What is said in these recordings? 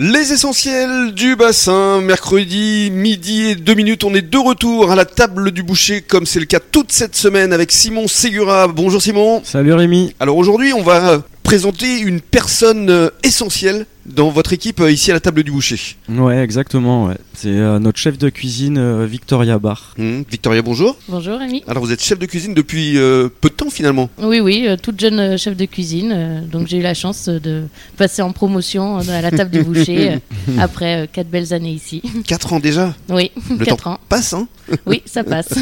Les essentiels du bassin, mercredi, midi et deux minutes, on est de retour à la table du boucher comme c'est le cas toute cette semaine avec Simon Segura. Bonjour Simon. Salut Rémi. Alors aujourd'hui on va euh, présenter une personne euh, essentielle dans votre équipe euh, ici à la table du boucher. Ouais, exactement. ouais. C'est euh, notre chef de cuisine euh, Victoria Bar. Hmm, Victoria, bonjour. Bonjour Rémi. Alors vous êtes chef de cuisine depuis euh, peu de temps finalement. Oui, oui, euh, toute jeune euh, chef de cuisine. euh, donc j'ai eu la chance euh, de passer en promotion euh, à la table du boucher euh, après euh, quatre belles années ici. Quatre ans déjà, Oui, Le quatre ans. passe hein Oui, ça passe.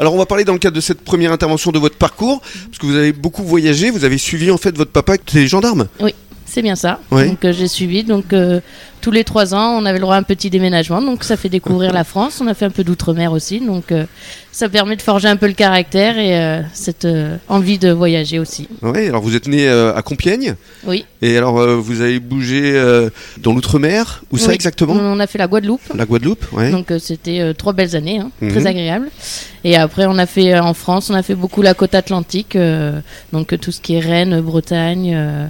Alors on va parler dans le cadre de cette première intervention de votre parcours, parce que vous avez beaucoup voyagé, vous avez suivi en fait votre papa qui était gendarme. C'est bien ça. Oui. Donc euh, j'ai suivi. Donc euh, tous les trois ans, on avait le droit à un petit déménagement. Donc ça fait découvrir la France. On a fait un peu d'outre-mer aussi. Donc euh, ça permet de forger un peu le caractère et euh, cette euh, envie de voyager aussi. Ouais, alors vous êtes né euh, à Compiègne, Oui. et alors euh, vous avez bougé euh, dans l'outre-mer, où ça Oui. Mm. exactement On a fait la Guadeloupe. La Guadeloupe, ouais. Donc euh, c'était euh, trois belles années, hein, Mhm. très agréables. Et après on a fait euh, en France, on a fait beaucoup la côte atlantique, euh, donc euh, tout ce qui est Rennes, Bretagne. euh,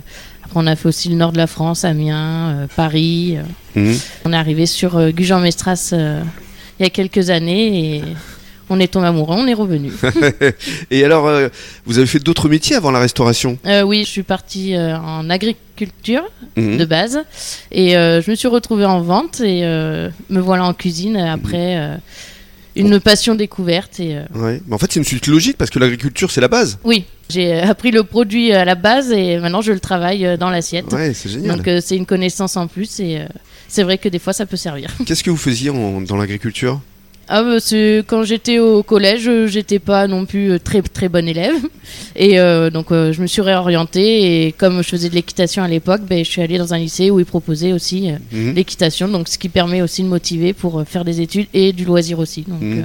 après on a fait aussi le nord de la France, Amiens, euh, Paris. euh. Mhm. On est arrivé sur euh, Gujan-Mestras euh, il y a quelques années et on est tombé amoureux, on est revenu. Et alors, euh, vous avez fait d'autres métiers avant la restauration Euh, oui, je suis partie euh, en agriculture Mhm. de base. Et euh, je me suis retrouvée en vente et euh, me voilà en cuisine après euh, une passion découverte. Et, euh, Ouais. Mais en fait, c'est une suite logique parce que l'agriculture, c'est la base. oui, j'ai euh, appris le produit à la base et maintenant je le travaille euh, dans l'assiette. Ouais, c'est génial. Donc euh, c'est une connaissance en plus et euh, c'est vrai que des fois ça peut servir. Qu'est-ce que vous faisiez en- dans l'agriculture Ah, bah, c'est- quand j'étais au collège, euh, j'étais pas non plus euh, très très bonne élève et euh, donc euh, je me suis réorientée et comme je faisais de l'équitation à l'époque, ben, je suis allée dans un lycée où ils proposaient aussi euh, Mhm. l'équitation, donc ce qui permet aussi de motiver pour euh, faire des études et du loisir aussi. Donc Mhm. euh,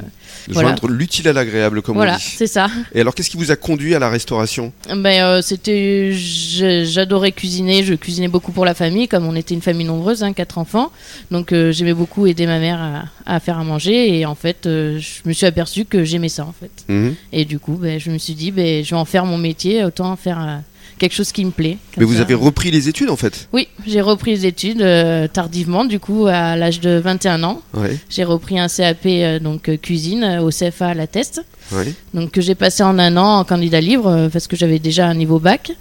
voilà. Joindre l'utile à l'agréable, comme on voilà, dit. c'est ça. Et alors, qu'est-ce qui vous a conduit à la restauration Ben, euh, c'était, je- j'adorais cuisiner. Je cuisinais beaucoup pour la famille, comme on était une famille nombreuse, hein, quatre enfants. Donc euh, j'aimais beaucoup aider ma mère à, à faire à manger. Et en fait, euh, je me suis aperçue que j'aimais ça, en fait. Mhm. Et du coup, ben, je me suis dit, ben, je vais en faire mon métier, autant en faire euh, quelque chose qui me plaît. Mais Comme vous ça. avez repris les études, en fait Oui, j'ai repris les études euh, tardivement, du coup, à l'âge de 21 ans. Ouais, J'ai repris un CAP euh, donc euh, cuisine euh, au CFA à la Teste. ouais. Donc que j'ai passé en un an en candidat libre euh, parce que j'avais déjà un niveau bac.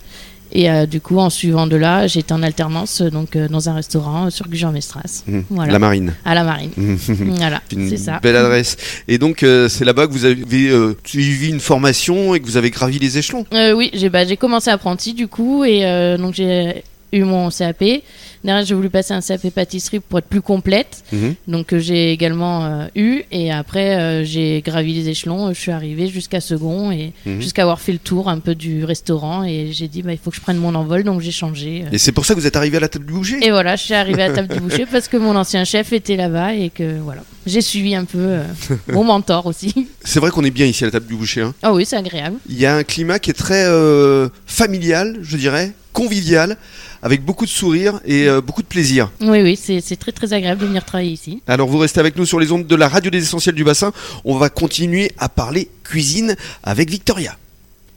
Et euh, du coup, en suivant de là, j'étais en alternance euh, donc euh, dans un restaurant euh, sur Gujan-Mestras, Mhm. Voilà. La marine. à la marine. Mhm. voilà, Une c'est ça. belle adresse. Et donc, euh, c'est là-bas que vous avez euh, suivi une formation et que vous avez gravi les échelons. Euh, oui, j'ai bah, j'ai commencé apprenti du coup et euh, donc j'ai eu mon CAP. Derrière, j'ai voulu passer un CAP pâtisserie pour être plus complète. Mhm. Donc euh, j'ai également euh, eu et après euh, j'ai gravi les échelons. Je suis arrivée jusqu'à second et Mhm. jusqu'à avoir fait le tour un peu du restaurant et j'ai dit bah, il faut que je prenne mon envol donc j'ai changé. euh, Et c'est pour ça que vous êtes arrivé à la table du boucher Et voilà, je suis arrivée à la table du boucher parce que mon ancien chef était là-bas et que voilà, j'ai suivi un peu euh, mon mentor aussi. C'est vrai qu'on est bien ici à la table du boucher. hein. Ah oui, c'est agréable. Il y a un climat qui est très euh, familial, je dirais, convivial, avec beaucoup de sourires et euh, beaucoup de plaisir. Oui, oui, c'est c'est très très agréable de venir travailler ici. Alors vous restez avec nous sur les ondes de la radio des essentiels du bassin. On va continuer à parler cuisine avec Victoria.